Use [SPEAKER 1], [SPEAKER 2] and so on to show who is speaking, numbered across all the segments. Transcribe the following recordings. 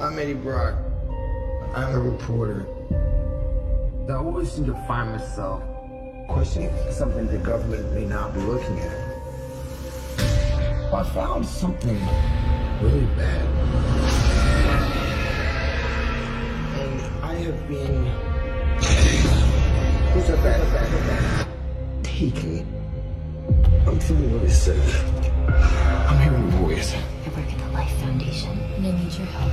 [SPEAKER 1] I'm Eddie Brock. I'm a reporter. I always seem to find myself questioning something the government may not be looking at. I found something really bad. And I have been. Who's a bad, a bad, a bad? Taken. I'm feeling really sick. I'm hearing a voice.
[SPEAKER 2] I work at the Life Foundation, and I need your help.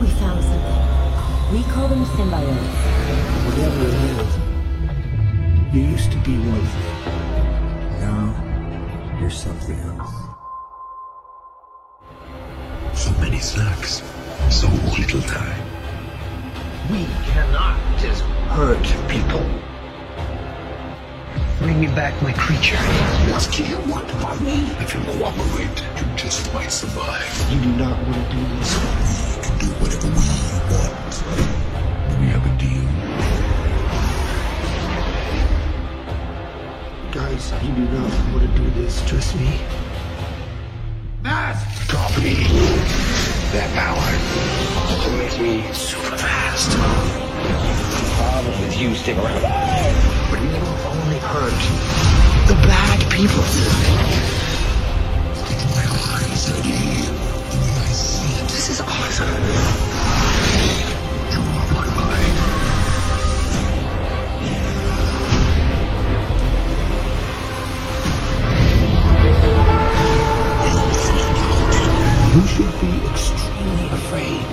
[SPEAKER 2] We found something. We call them symbiotes.
[SPEAKER 1] Whatever it is, you used to be one thing. Now, you're something else.
[SPEAKER 3] So many snacks, so little time.
[SPEAKER 1] We cannot just hurt people. Bring me back my creature.
[SPEAKER 3] What do you want from me? If you cooperate, you just might survive.
[SPEAKER 1] You do not want to do this.
[SPEAKER 3] We can do whatever we want. We have a deal.
[SPEAKER 1] Guys, you do not want to do this. Trust me.
[SPEAKER 3] Copy their power. Make me super fast.
[SPEAKER 1] Problem with you, stick around.
[SPEAKER 3] But you only hurt the bad people. My eyes Eddie. I see. This is awesome. You are my mind.
[SPEAKER 1] You should be extremely afraid.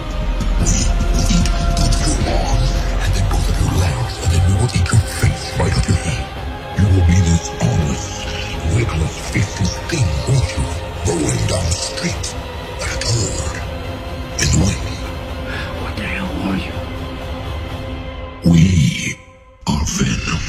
[SPEAKER 3] and then both of your legs, and then we will eat your face right off your head. You will be this honest, wiggly faceless thing, won't you? Rolling down the street like a turd in the wind. What the hell are you? We are Venom.